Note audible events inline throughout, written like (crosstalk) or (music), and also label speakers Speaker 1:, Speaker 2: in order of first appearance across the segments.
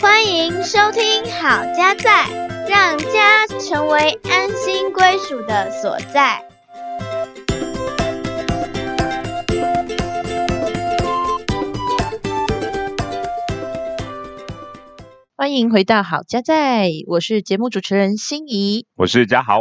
Speaker 1: 欢迎收听好家在，让家成为安心归属的所在。
Speaker 2: 欢迎回到好家在，我是节目主持人心怡。
Speaker 3: 我是嘉豪。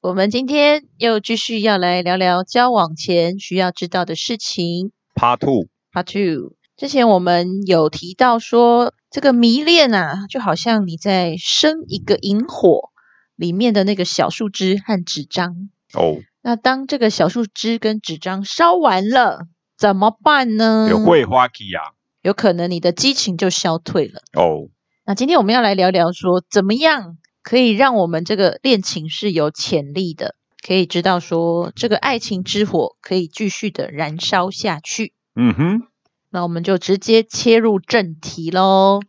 Speaker 2: 我们今天又继续要来聊聊交往前需要知道的事情。
Speaker 3: Part Two，
Speaker 2: Part Two，之前我们有提到说，这个迷恋啊，就好像你在生一个萤火里面的那个小树枝和纸张。
Speaker 3: 哦，
Speaker 2: 那当这个小树枝跟纸张烧完了，怎么办呢？
Speaker 3: 有桂花 key 啊，
Speaker 2: 有可能你的激情就消退了。
Speaker 3: 哦，
Speaker 2: 那今天我们要来聊聊说，怎么样可以让我们这个恋情是有潜力的，可以知道说这个爱情之火可以继续的燃烧下去。
Speaker 3: 嗯哼，
Speaker 2: 那我们就直接切入正题喽。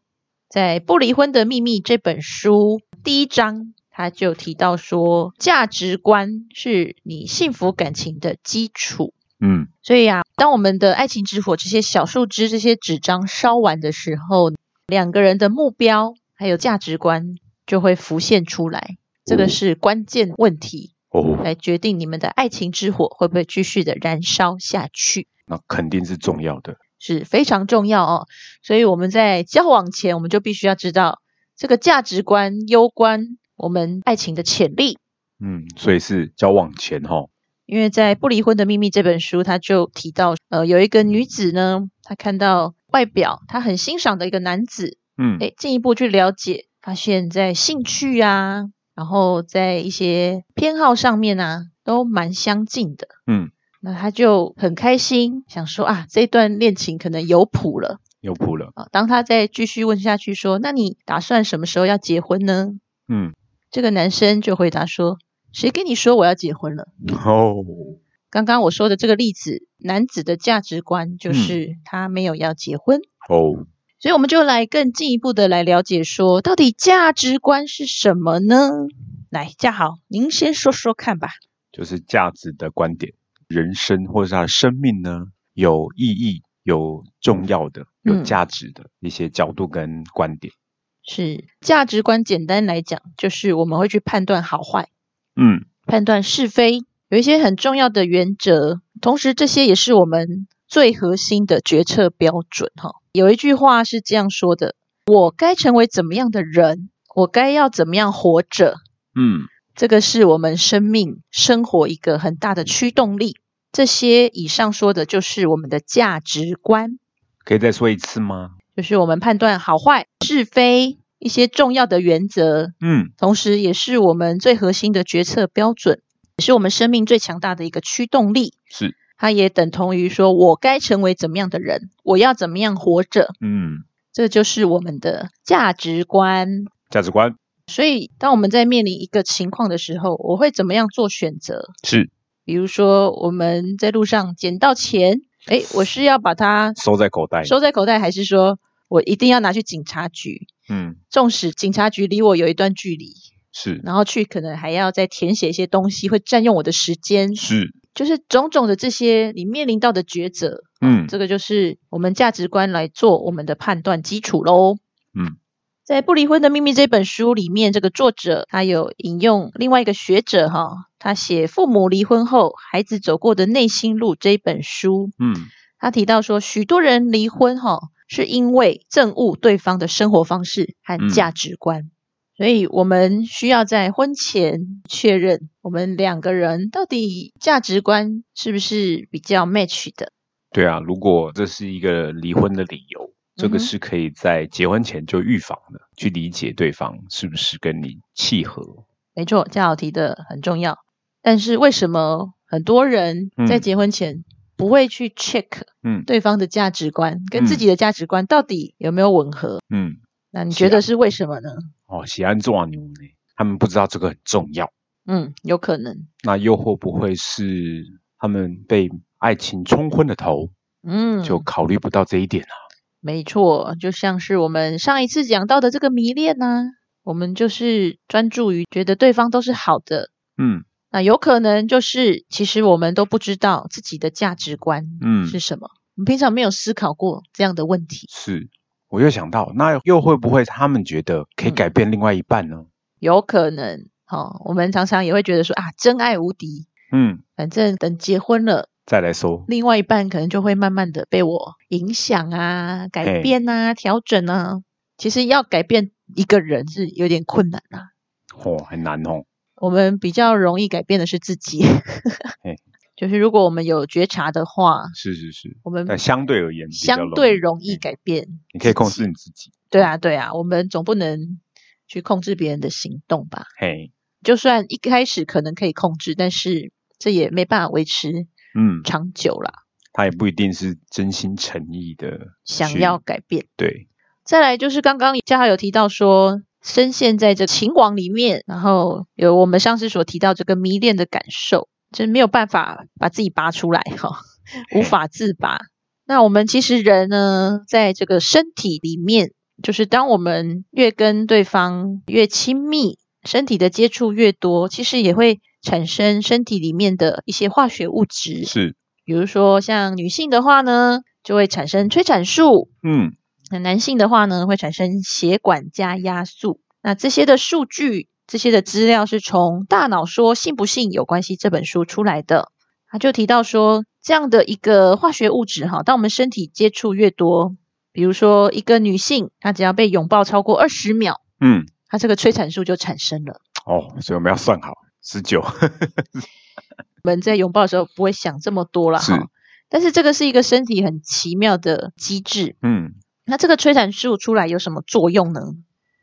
Speaker 2: 在《不离婚的秘密》这本书第一章，他就提到说，价值观是你幸福感情的基础。
Speaker 3: 嗯，
Speaker 2: 所以啊，当我们的爱情之火这些小树枝、这些纸张烧完的时候，两个人的目标还有价值观就会浮现出来。这个是关键问题，
Speaker 3: 哦，
Speaker 2: 来决定你们的爱情之火会不会继续的燃烧下去，
Speaker 3: 那肯定是重要的。
Speaker 2: 是非常重要哦。所以我们在交往前，我们就必须要知道这个价值观攸关我们爱情的潜力。
Speaker 3: 嗯，所以是交往前哈，
Speaker 2: 因为在《不离婚的秘密》这本书，他就提到，呃，有一个女子呢，她看到外表她很欣赏的一个男子，
Speaker 3: 嗯，
Speaker 2: 哎，进一步去了解，发现在兴趣啊，然后在一些偏好上面啊，都蛮相近的。
Speaker 3: 嗯，
Speaker 2: 那她就很开心，想说啊，这段恋情可能有谱了
Speaker 3: 有谱了。
Speaker 2: 啊。当她再继续问下去说，那你打算什么时候要结婚呢？
Speaker 3: 嗯，
Speaker 2: 这个男生就回答说，谁跟你说我要结婚了？
Speaker 3: 哦，
Speaker 2: 刚刚我说的这个例子，男子的价值观就是他没有要结婚，
Speaker 3: 哦，
Speaker 2: 所以我们就来更进一步的来了解说，到底价值观是什么呢？来，嘉豪，您先说说看吧。
Speaker 3: 就是价值的观点，人生或者是他的生命呢，有意义、有重要的、有
Speaker 2: 嗯
Speaker 3: 价值的一些角度跟观点。
Speaker 2: 是价值观，简单来讲，就是我们会去判断好坏，
Speaker 3: 嗯，
Speaker 2: 判断是非，有一些很重要的原则，同时这些也是我们最核心的决策标准。哈，有一句话是这样说的：我该成为怎么样的人，我该要怎么样活着。
Speaker 3: 嗯，
Speaker 2: 这个是我们生命生活一个很大的驱动力。这些以上说的就是我们的价值观，
Speaker 3: 可以再说一次吗？
Speaker 2: 就是我们判断好坏、是非一些重要的原则，
Speaker 3: 嗯，
Speaker 2: 同时也是我们最核心的决策标准，也是我们生命最强大的一个驱动力。
Speaker 3: 是，
Speaker 2: 它也等同于说我该成为怎么样的人，我要怎么样活着，
Speaker 3: 嗯，
Speaker 2: 这就是我们的价值观。
Speaker 3: 价值观
Speaker 2: 所以，当我们在面临一个情况的时候，我会怎么样做选择？
Speaker 3: 是
Speaker 2: 比如说我们在路上捡到钱，诶，我是要把它
Speaker 3: 收在口袋。
Speaker 2: 收在口袋，还是说我一定要拿去警察局？
Speaker 3: 嗯，
Speaker 2: 纵使警察局离我有一段距离，
Speaker 3: 是
Speaker 2: 然后去可能还要再填写一些东西，会占用我的时间，
Speaker 3: 是，
Speaker 2: 就是种种的这些你面临到的抉择，啊
Speaker 3: 嗯
Speaker 2: 这个就是我们价值观来做我们的判断基础喽。
Speaker 3: 嗯，
Speaker 2: 在《不离婚的秘密》这本书里面，这个作者他有引用另外一个学者哈、他写《父母离婚后孩子走过的内心路》这一本书，
Speaker 3: 嗯，
Speaker 2: 他提到说，许多人离婚哈、是因为憎恶对方的生活方式和
Speaker 3: 嗯
Speaker 2: 价值观。所以，我们需要在婚前确认我们两个人到底价值观是不是比较 match 的。
Speaker 3: 对啊，如果这是一个离婚的理由，这
Speaker 2: 嗯
Speaker 3: 个
Speaker 2: 哼
Speaker 3: 是可以在结婚前就预防的，去理解对方是不是跟你契合。
Speaker 2: 没错，嘉豪提的很重要。但是为什么很多人在
Speaker 3: 嗯
Speaker 2: 结婚前不会去 check
Speaker 3: 嗯
Speaker 2: 对方的价值观跟自
Speaker 3: 嗯
Speaker 2: 己的价值观到底有没有吻合？
Speaker 3: 嗯，
Speaker 2: 那你
Speaker 3: 是
Speaker 2: 觉得
Speaker 3: 啊
Speaker 2: 是为什么呢？
Speaker 3: 哦，喜欢做牛呢，他们不知道这个很重要。
Speaker 2: 嗯，有可能。
Speaker 3: 那又会不会是他们被爱情冲昏了头，
Speaker 2: 嗯，
Speaker 3: 就考虑不到这一点啊？
Speaker 2: 没错，就像是我们上一次讲到的啊这个迷恋呢、我们就是专注于觉得对方都是好的，
Speaker 3: 嗯，
Speaker 2: 那有可能就是其实我们都不知道自己的价值观
Speaker 3: 嗯，
Speaker 2: 是什么，我们平常没有思考过这样的问题。
Speaker 3: 是，我又想到，那又会不会他们觉得可以
Speaker 2: 嗯
Speaker 3: 改变另外一半呢？
Speaker 2: 有可能，哦，我们常常也会觉得说啊，真爱无敌，
Speaker 3: 嗯，
Speaker 2: 反正等结婚了，
Speaker 3: 再来说，
Speaker 2: 另外一半可能就会慢慢的被我影响啊、改变啊、调整啊。其实要改变一个人是有点困难啊，
Speaker 3: 哦，很难哦。
Speaker 2: 我们比较容易改变的是自己
Speaker 3: (laughs) 嘿。
Speaker 2: 就是如果我们有觉察的话，
Speaker 3: 是是是，
Speaker 2: 我们
Speaker 3: 但相对而言，比较
Speaker 2: 相对容
Speaker 3: 易
Speaker 2: 易
Speaker 3: 嗯
Speaker 2: 改变。
Speaker 3: 你可以控制你自己。
Speaker 2: 对啊，对啊，我们总不能去控制别人的行动吧？
Speaker 3: 嘿，
Speaker 2: 就算一开始可能可以控制，但是这也没办法维持
Speaker 3: 嗯，
Speaker 2: 长久啦。
Speaker 3: 他也不一定是真心诚意的
Speaker 2: 想
Speaker 3: 去
Speaker 2: 要改变，
Speaker 3: 对，
Speaker 2: 再来就是刚刚嘉豪有提到说，深陷在这情网里面，然后有我们上次所提到这个迷恋的感受，就是没有办法把自己拔出来哈、无法自拔。那我们其实人呢，在这个身体里面，就是当我们越跟对方越亲密，身体的接触越多，其实也会产生身体里面的一些化学物质，
Speaker 3: 是，
Speaker 2: 比如说像女性的话呢，就会产生催产素，
Speaker 3: 嗯，
Speaker 2: 那男性的话呢，会产生血管加压素。那这些的数据、这些的资料是从《大脑说信不信有关系》这本书出来的。他就提到说，这样的一个化学物质哈，当我们身体接触越多，比如说一个女性，她只要被拥抱超过二十秒，
Speaker 3: 嗯，
Speaker 2: 她这个催产素就产生了。
Speaker 3: 哦，所以我们要算好十九，
Speaker 2: 我们在拥抱的时候不会想这么多了
Speaker 3: 是
Speaker 2: 哈。但是这个是一个身体很奇妙的机制，
Speaker 3: 嗯，
Speaker 2: 那这个催产素出来有什么作用呢？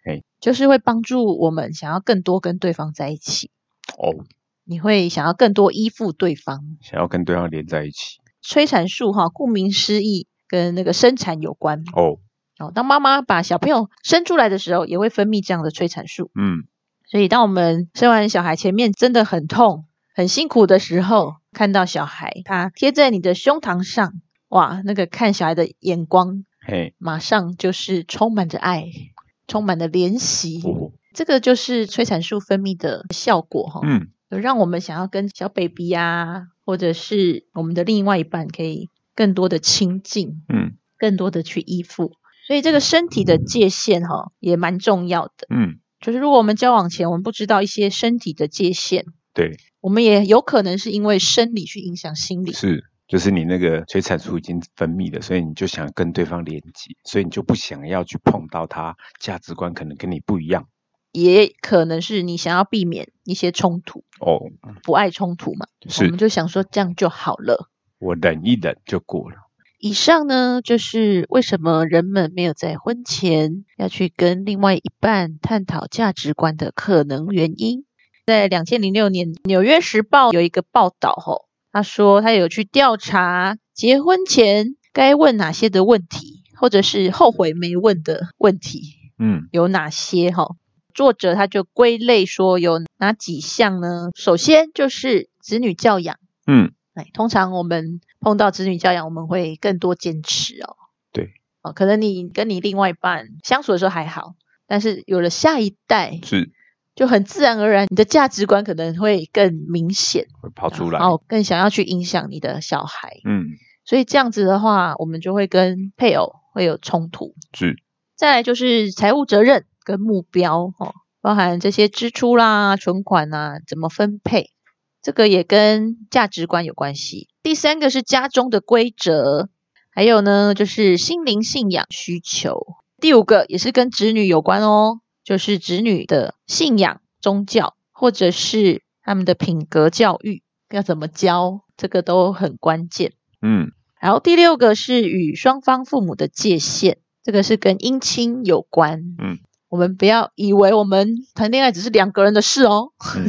Speaker 3: 哎
Speaker 2: 就是会帮助我们想要更多跟对方在一起，
Speaker 3: 哦，
Speaker 2: 你会想要更多依附对方。
Speaker 3: 想要跟对方连在一起，
Speaker 2: 催产素哈，顾名思义，跟那个生产有关。
Speaker 3: 哦，
Speaker 2: 哦，当妈妈把小朋友生出来的时候，也会分泌这样的催产素。
Speaker 3: 嗯，
Speaker 2: 所以，当我们生完小孩前面真的很痛、很辛苦的时候，看到小孩他贴在你的胸膛上，哇，那个看小孩的眼光
Speaker 3: 嘿，
Speaker 2: 马上就是充满着爱，充满了怜惜。
Speaker 3: 哦，
Speaker 2: 这个就是催产素分泌的效果哈、
Speaker 3: 嗯，
Speaker 2: 有让我们想要跟小 baby 啊，或者是我们的另外一半可以更多的亲近，
Speaker 3: 嗯，
Speaker 2: 更多的去依附。所以这个身体的界限哈、也蛮重要的。
Speaker 3: 嗯，
Speaker 2: 就是如果我们交往前我们不知道一些身体的界限，
Speaker 3: 对，
Speaker 2: 我们也有可能是因为生理去影响心理。
Speaker 3: 是。就是你那个催产素已经分泌了，所以你就想跟对方连接，所以你就不想要去碰到他价值观可能跟你不一样
Speaker 2: 也可能是你想要避免一些冲突，
Speaker 3: 哦。
Speaker 2: 不爱冲突嘛，我
Speaker 3: 是
Speaker 2: 们就想说这样就好了。
Speaker 3: 我忍一忍就过了。
Speaker 2: 以上呢，就是为什么人们没有在婚前要去跟另外一半探讨价值观的可能原因。在两千零六年，《纽约时报》有一个报道，吼，他说他有去调查结婚前该问哪些的问题，或者是后悔没问的问题。
Speaker 3: 嗯
Speaker 2: 有哪些哈、作者他就归类说有哪几项呢？首先就是子女教养，
Speaker 3: 嗯，
Speaker 2: 哎，通常我们碰到子女教养，我们会更多坚持哦。
Speaker 3: 对，
Speaker 2: 哦，可能你跟你另外一半相处的时候还好，但是有了下一代，
Speaker 3: 是
Speaker 2: 就很自然而然，你的价值观可能会更明显，
Speaker 3: 会跑出来。
Speaker 2: 哦，更想要去影响你的小孩，
Speaker 3: 嗯，
Speaker 2: 所以这样子的话，我们就会跟配偶会有冲突。
Speaker 3: 是
Speaker 2: 再来就是财务责任跟目标哦，包含这些支出啦、存款啦怎么分配，这个也跟价值观有关系。第三个是家中的规则，还有呢就是心灵信仰需求。第五个也是跟子女有关哦，就是子女的信仰、宗教或者是他们的品格教育要怎么教，这个都很关键。
Speaker 3: 嗯
Speaker 2: 然后第六个是与双方父母的界限，这个是跟姻亲有关。
Speaker 3: 嗯，
Speaker 2: 我们不要以为我们谈恋爱只是两个人的事哦，
Speaker 3: 嗯，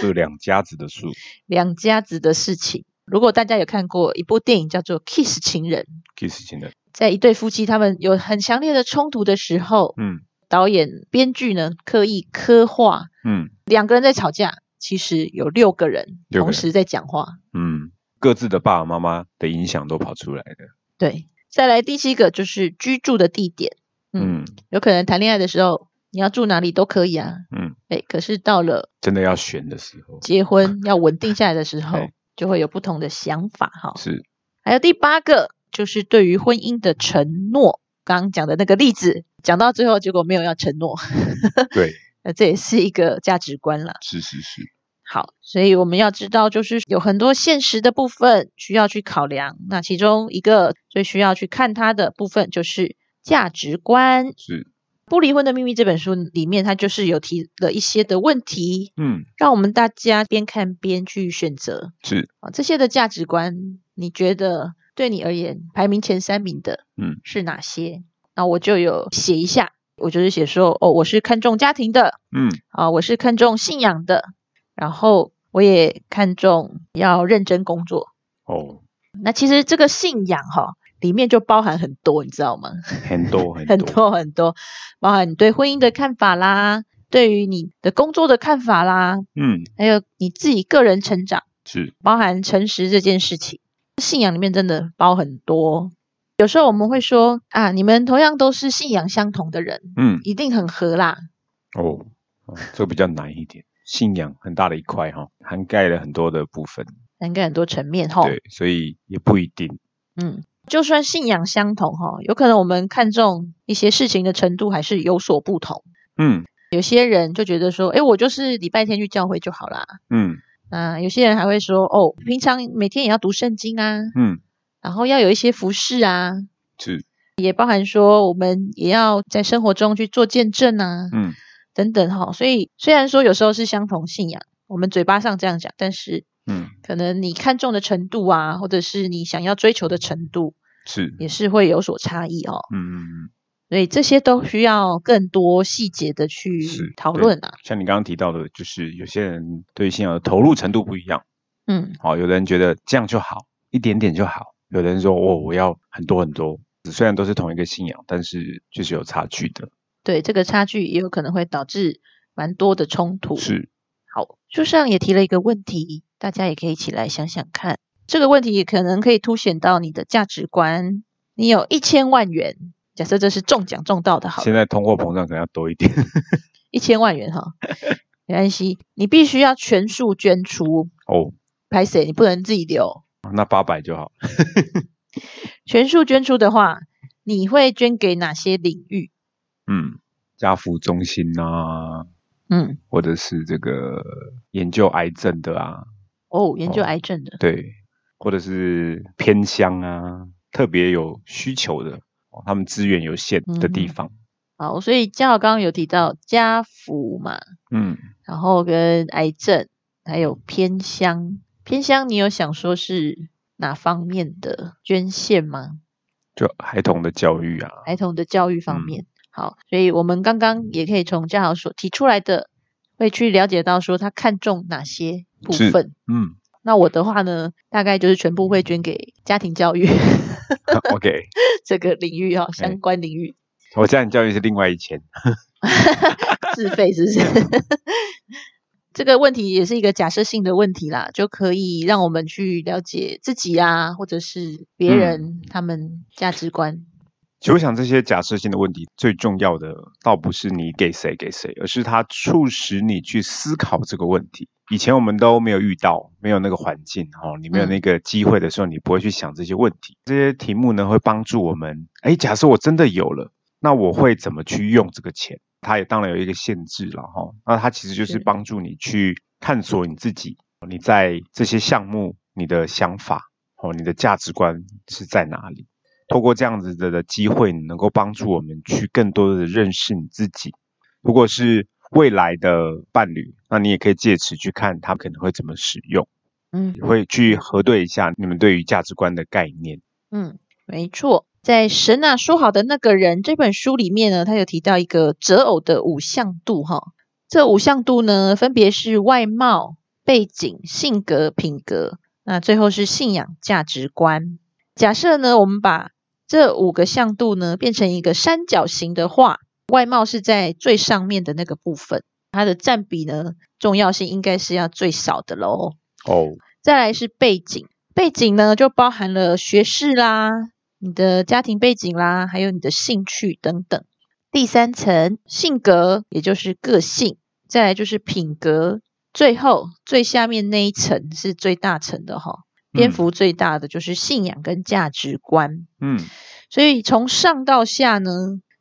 Speaker 3: 是两家子的
Speaker 2: (laughs)
Speaker 3: 树
Speaker 2: 两家子的事情。如果大家有看过一部电影叫做《Kiss 情人》，
Speaker 3: kiss 情人。
Speaker 2: 在一对夫妻他们有很强烈的冲突的时候，
Speaker 3: 嗯
Speaker 2: 导演编剧呢刻意刻画
Speaker 3: 嗯
Speaker 2: 两个人在吵架，其实有六个人
Speaker 3: 六个
Speaker 2: 同
Speaker 3: 人
Speaker 2: 时在讲话。
Speaker 3: 嗯，各自的爸爸妈妈的影响都跑出来了。
Speaker 2: 对，再来第七个就是居住的地点。嗯
Speaker 3: 嗯，
Speaker 2: 有可能谈恋爱的时候，你要住哪里都可以啊。
Speaker 3: 嗯，
Speaker 2: 哎，可是到了
Speaker 3: 真的要选的时候
Speaker 2: 结婚要稳定下来的时候
Speaker 3: 对，
Speaker 2: 就会有不同的想法哈。
Speaker 3: 是
Speaker 2: 还有第八个就是对于婚姻的承诺，刚刚讲的那个例子，讲到最后结果没有要承诺， (laughs)
Speaker 3: 对，
Speaker 2: 那这也是一个价值观啦。
Speaker 3: 是是是，
Speaker 2: 好，所以我们要知道，就是有很多现实的部分需要去考量。那其中一个最需要去看它的部分就是价值观。《
Speaker 3: 是，
Speaker 2: 不离婚的秘密》这本书里面，它就是有提了一些的问题，
Speaker 3: 嗯，
Speaker 2: 让我们大家边看边去选择
Speaker 3: 是
Speaker 2: 啊。这些的价值观，你觉得对你而言排名前三名的，
Speaker 3: 嗯，
Speaker 2: 是哪些？那我就有写一下，我就是写说，哦，我是看重家庭的，
Speaker 3: 嗯，
Speaker 2: 啊，我是看重信仰的，然后我也看重要认真工作。
Speaker 3: 哦，
Speaker 2: 那其实这个信仰哈、里面就包含很多，你知道吗？
Speaker 3: 很
Speaker 2: (laughs)
Speaker 3: 多很
Speaker 2: 很多很多，包含你对婚姻的看法啦，对于你的工作的看法啦，
Speaker 3: 嗯，
Speaker 2: 还有你自己个人成长，
Speaker 3: 是
Speaker 2: 包含诚实这件事情，信仰里面真的包很多。有时候我们会说啊，你们同样都是信仰相同的人，
Speaker 3: 嗯，
Speaker 2: 一定很合啦。
Speaker 3: 哦，哦这个比较难一点，信仰很大的一块哈、涵盖了很多的部分，
Speaker 2: 应该很多层面吼。
Speaker 3: 对，所以也不一定，
Speaker 2: 嗯，就算信仰相同哈，有可能我们看重一些事情的程度还是有所不同。
Speaker 3: 嗯
Speaker 2: 有些人就觉得说，诶，我就是礼拜天去教会就好啦。
Speaker 3: 嗯
Speaker 2: 那有些人还会说，哦，平常每天也要读圣经啊，
Speaker 3: 嗯，
Speaker 2: 然后要有一些服饰啊，
Speaker 3: 是，
Speaker 2: 也包含说我们也要在生活中去做见证啊，
Speaker 3: 嗯
Speaker 2: 等等哈。所以虽然说有时候是相同信仰，我们嘴巴上这样讲，但是
Speaker 3: 嗯
Speaker 2: 可能你看重的程度啊，或者是你想要追求的程度，
Speaker 3: 是，
Speaker 2: 也是会有所差异哦。
Speaker 3: 嗯嗯嗯，
Speaker 2: 所以这些都需要更多细节的去
Speaker 3: 是
Speaker 2: 讨论啊。
Speaker 3: 像你刚刚提到的，就是有些人对信仰的投入程度不一样，
Speaker 2: 嗯，
Speaker 3: 哦，有的人觉得这样就好，一点点就好，有的人说哦，我要很多很多。虽然都是同一个信仰，但是就是有差距的。
Speaker 2: 对，这个差距也有可能会导致蛮多的冲突。
Speaker 3: 是，
Speaker 2: 好，书上也提了一个问题，大家也可以一起来想想看。这个问题也可能可以凸显到你的价值观。你有一千万元，假设这是中奖中到的，好了
Speaker 3: 现在通货膨胀可能要多一点。
Speaker 2: 一千万元哈，没关系，你必须要全数捐出，
Speaker 3: 哦，
Speaker 2: 拍谁你不能自己留，
Speaker 3: 那八百就好。
Speaker 2: 全数捐出的话，你会捐给哪些领域？
Speaker 3: 嗯，家福中心啊，
Speaker 2: 嗯，
Speaker 3: 或者是这个研究癌症的啊，
Speaker 2: 哦，研究
Speaker 3: 哦
Speaker 2: 癌症的。
Speaker 3: 对，或者是偏乡啊，特别有需求的，哦、他们资源有限的地
Speaker 2: 嗯哼
Speaker 3: 方。
Speaker 2: 好，所以嘉豪刚刚有提到家福嘛，
Speaker 3: 嗯，
Speaker 2: 然后跟癌症，还有偏乡。偏乡，你有想说是哪方面的捐献吗？
Speaker 3: 就孩童的教育啊，
Speaker 2: 孩童的教育方
Speaker 3: 嗯
Speaker 2: 面。好，所以我们刚刚也可以从嘉豪所提出来的，会去了解到说他看重哪些部
Speaker 3: 是
Speaker 2: 分。
Speaker 3: 嗯
Speaker 2: 那我的话呢，大概就是全部会捐给家庭教育
Speaker 3: (laughs)
Speaker 2: (laughs)
Speaker 3: ，OK，
Speaker 2: 这个领域哈、
Speaker 3: 哎
Speaker 2: 相关领域。
Speaker 3: 我家庭教育是另外一千。
Speaker 2: 自费是不 (laughs) 是？这个问题也是一个假设性的问题啦，就可以让我们去了解自己啊，或者是别
Speaker 3: 嗯
Speaker 2: 人、他们价值观。
Speaker 3: 其实我想这些假设性的问题，最重要的倒不是你给谁给谁，而是它促使你去思考这个问题。以前我们都没有遇到，没有那个环境哦，你没有
Speaker 2: 嗯
Speaker 3: 那个机会的时候，你不会去想这些问题。这些题目呢，会帮助我们。哎，假设我真的有了，那我会怎么去用这个钱？它也当然有一个限制了哈、哦。那它其实就是
Speaker 2: 是
Speaker 3: 帮助你去探索你自己，哦你在这些项目你的想法哦，你的价值观是在哪里？透过这样子的的机会，你能够帮助我们去更多的认识你自己。如果是未来的伴侣，那你也可以借此去看他可能会怎么使用，
Speaker 2: 嗯
Speaker 3: 也会去核对一下你们对于价值观的概念。
Speaker 2: 嗯，没错，在《神啊说好的那个人》这本书里面呢，他有提到一个择偶的五项度哈。这五项度呢，分别是外貌、背景、性格、品格，那最后是信仰、价值观。假设呢，我们把这五个向度呢变成一个三角形的话，外貌是在最上面的那个部分，它的占比呢重要性应该是要最少的喽。
Speaker 3: 哦，
Speaker 2: 再来是背景，背景呢就包含了学士啦、你的家庭背景啦，还有你的兴趣等等。第三层性格，也就是个性，再来就是品格，最后最下面那一层是最大层的哈、篇
Speaker 3: 嗯
Speaker 2: 幅最大的就是信仰跟价值观。
Speaker 3: 嗯，
Speaker 2: 所以从上到下呢，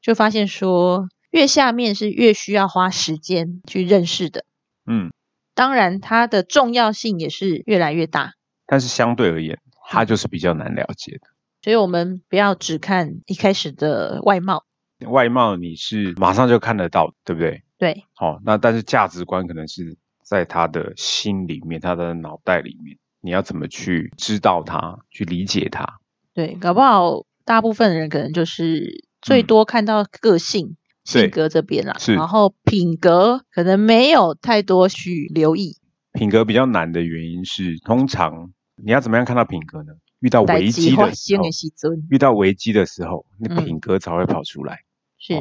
Speaker 2: 就发现说越下面是越需要花时间去认识的。
Speaker 3: 嗯，
Speaker 2: 当然它的重要性也是越来越大。
Speaker 3: 但是相对而言，它就是比较难了解
Speaker 2: 所以我们不要只看一开始的外貌，
Speaker 3: 的。外貌你是马上就看得到，对不对？
Speaker 2: 对，
Speaker 3: 好、那但是价值观可能是在他的心里面，他的脑袋里面，你要怎么去知道他，去理解他？
Speaker 2: 对，搞不好大部分人可能就是最
Speaker 3: 嗯
Speaker 2: 多看到个性、
Speaker 3: 对
Speaker 2: 性格这边啦，
Speaker 3: 是
Speaker 2: 然后品格可能没有太多去留意。
Speaker 3: 品格比较难的原因是，通常你要怎么样看到品格呢？遇到危机
Speaker 2: 话
Speaker 3: 的哦时
Speaker 2: 先
Speaker 3: 候
Speaker 2: 给，西尊
Speaker 3: 遇到危机的时候，那
Speaker 2: 嗯
Speaker 3: 品格才会跑出来。哦
Speaker 2: 是，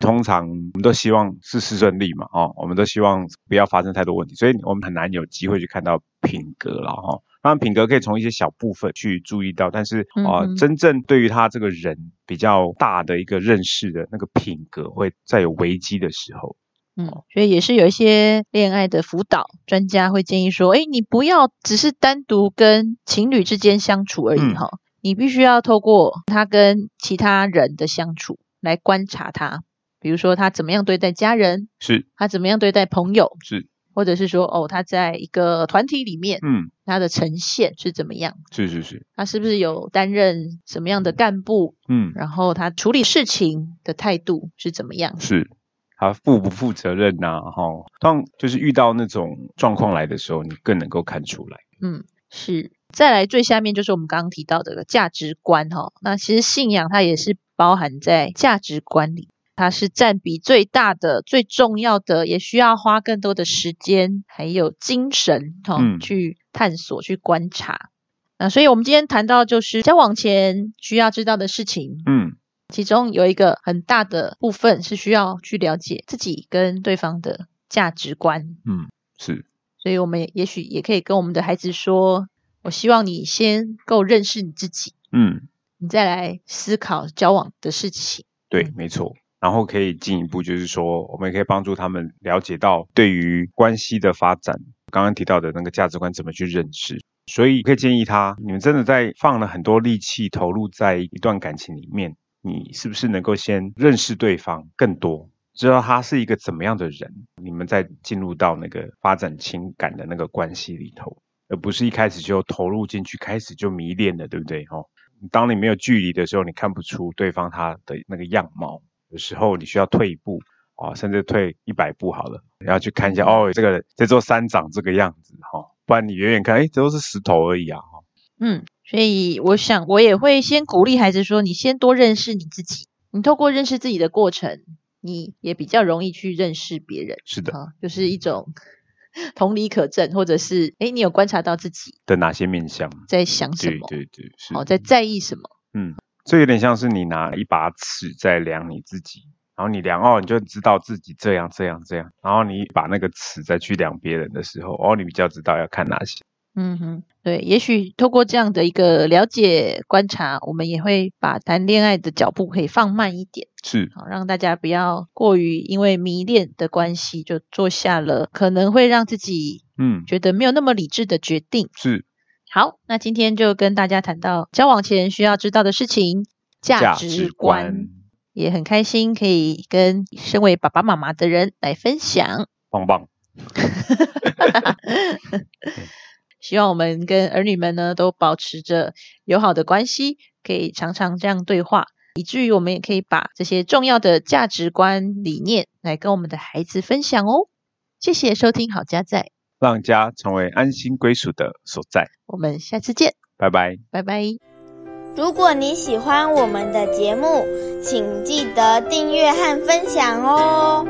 Speaker 3: 通常我们都希望事事顺利嘛，哦，我们都希望不要发生太多问题，所以我们很难有机会去看到品格了哈、哦。当然，品格可以从一些小部分去注意到，但是啊、呃
Speaker 2: 嗯哼
Speaker 3: 真正对于他这个人比较大的一个认识的那个品格，会在有危机的时候，
Speaker 2: 嗯，所以也是有一些恋爱的辅导专家会建议说，哎，你不要只是单独跟情侣之间相处而已
Speaker 3: 嗯
Speaker 2: 哈、你必须要透过他跟其他人的相处来观察他，比如说他怎么样对待家人，
Speaker 3: 是
Speaker 2: 他怎么样对待朋友，
Speaker 3: 是，
Speaker 2: 或者是说哦，他在一个团体里面，
Speaker 3: 嗯，
Speaker 2: 他的呈现是怎么样？
Speaker 3: 是是是，
Speaker 2: 他是不是有担任什么样的干部？
Speaker 3: 嗯，
Speaker 2: 然后他处理事情的态度是怎么样？
Speaker 3: 是。他负不负责任呐、哈、当就是遇到那种状况来的时候，你更能够看出来。
Speaker 2: 是。再来最下面就是我们刚刚提到的价值观哈、那其实信仰它也是包含在价值观里，它是占比最大的、最重要的，也需要花更多的时间还有精神哈、
Speaker 3: 嗯
Speaker 2: 去探索、去观察。那所以我们今天谈到就是交往前需要知道的事情，
Speaker 3: 嗯，
Speaker 2: 其中有一个很大的部分是需要去了解自己跟对方的价值观，
Speaker 3: 嗯是，
Speaker 2: 所以我们也也许也可以跟我们的孩子说：我希望你先够认识你自己，
Speaker 3: 嗯。
Speaker 2: 你再来思考交往的事情。
Speaker 3: 对
Speaker 2: 嗯，
Speaker 3: 没错。然后可以进一步，就是说，我们也可以帮助他们了解到对于关系的发展，刚刚提到的那个价值观怎么去认识。所以可以建议他，你们真的在放了很多力气投入在一段感情里面，你是不是能够先认识对方更多，知道他是一个怎么样的人，你们再进入到那个发展情感的那个关系里头，而不是一开始就投入进去，开始就迷恋了，对不对？哦，当你没有距离的时候，你看不出对方他的那个样貌。有时候你需要退一步啊，甚至退一百步好了，然后去看一下哦，这个人这座山长这个样子哈、哦，不然你远远看，哎，这都是石头而已啊。哦
Speaker 2: 嗯，所以我想我也会先鼓励孩子说：你先多认识你自己，你透过认识自己的过程，你也比较容易去认识别人
Speaker 3: 是的，
Speaker 2: 啊，就是一种同理可证，或者是诶，你有观察到自己
Speaker 3: 的哪些面相？
Speaker 2: 在想什
Speaker 3: 对
Speaker 2: 么，
Speaker 3: 对对，是。
Speaker 2: 哦，在在意什么。
Speaker 3: 这有点像是你拿一把尺在量你自己，然后你量哦，你就知道自己这样这样这样，然后你把那个尺再去量别人的时候，哦，你比较知道要看哪些。
Speaker 2: 嗯哼，对，也许透过这样的一个了解观察，我们也会把谈恋爱的脚步可以放慢一点，
Speaker 3: 是，
Speaker 2: 好让大家不要过于因为迷恋的关系就做下了可能会让自己
Speaker 3: 嗯，
Speaker 2: 觉得没有那么理智的决定。
Speaker 3: 是
Speaker 2: 好，那今天就跟大家谈到交往前需要知道的事情，价值观，也很开心可以跟身为爸爸妈妈的人来分享。
Speaker 3: 棒棒。
Speaker 2: 希望我们跟儿女们呢都保持着友好的关系，可以常常这样对话，以至于我们也可以把这些重要的价值观理念来跟我们的孩子分享哦。谢谢收听好家在，
Speaker 3: 让家成为安心归属的所在。
Speaker 2: 我们下次见，
Speaker 3: 拜拜。
Speaker 2: 拜拜。
Speaker 1: 如果你喜欢我们的节目，请记得订阅和分享哦。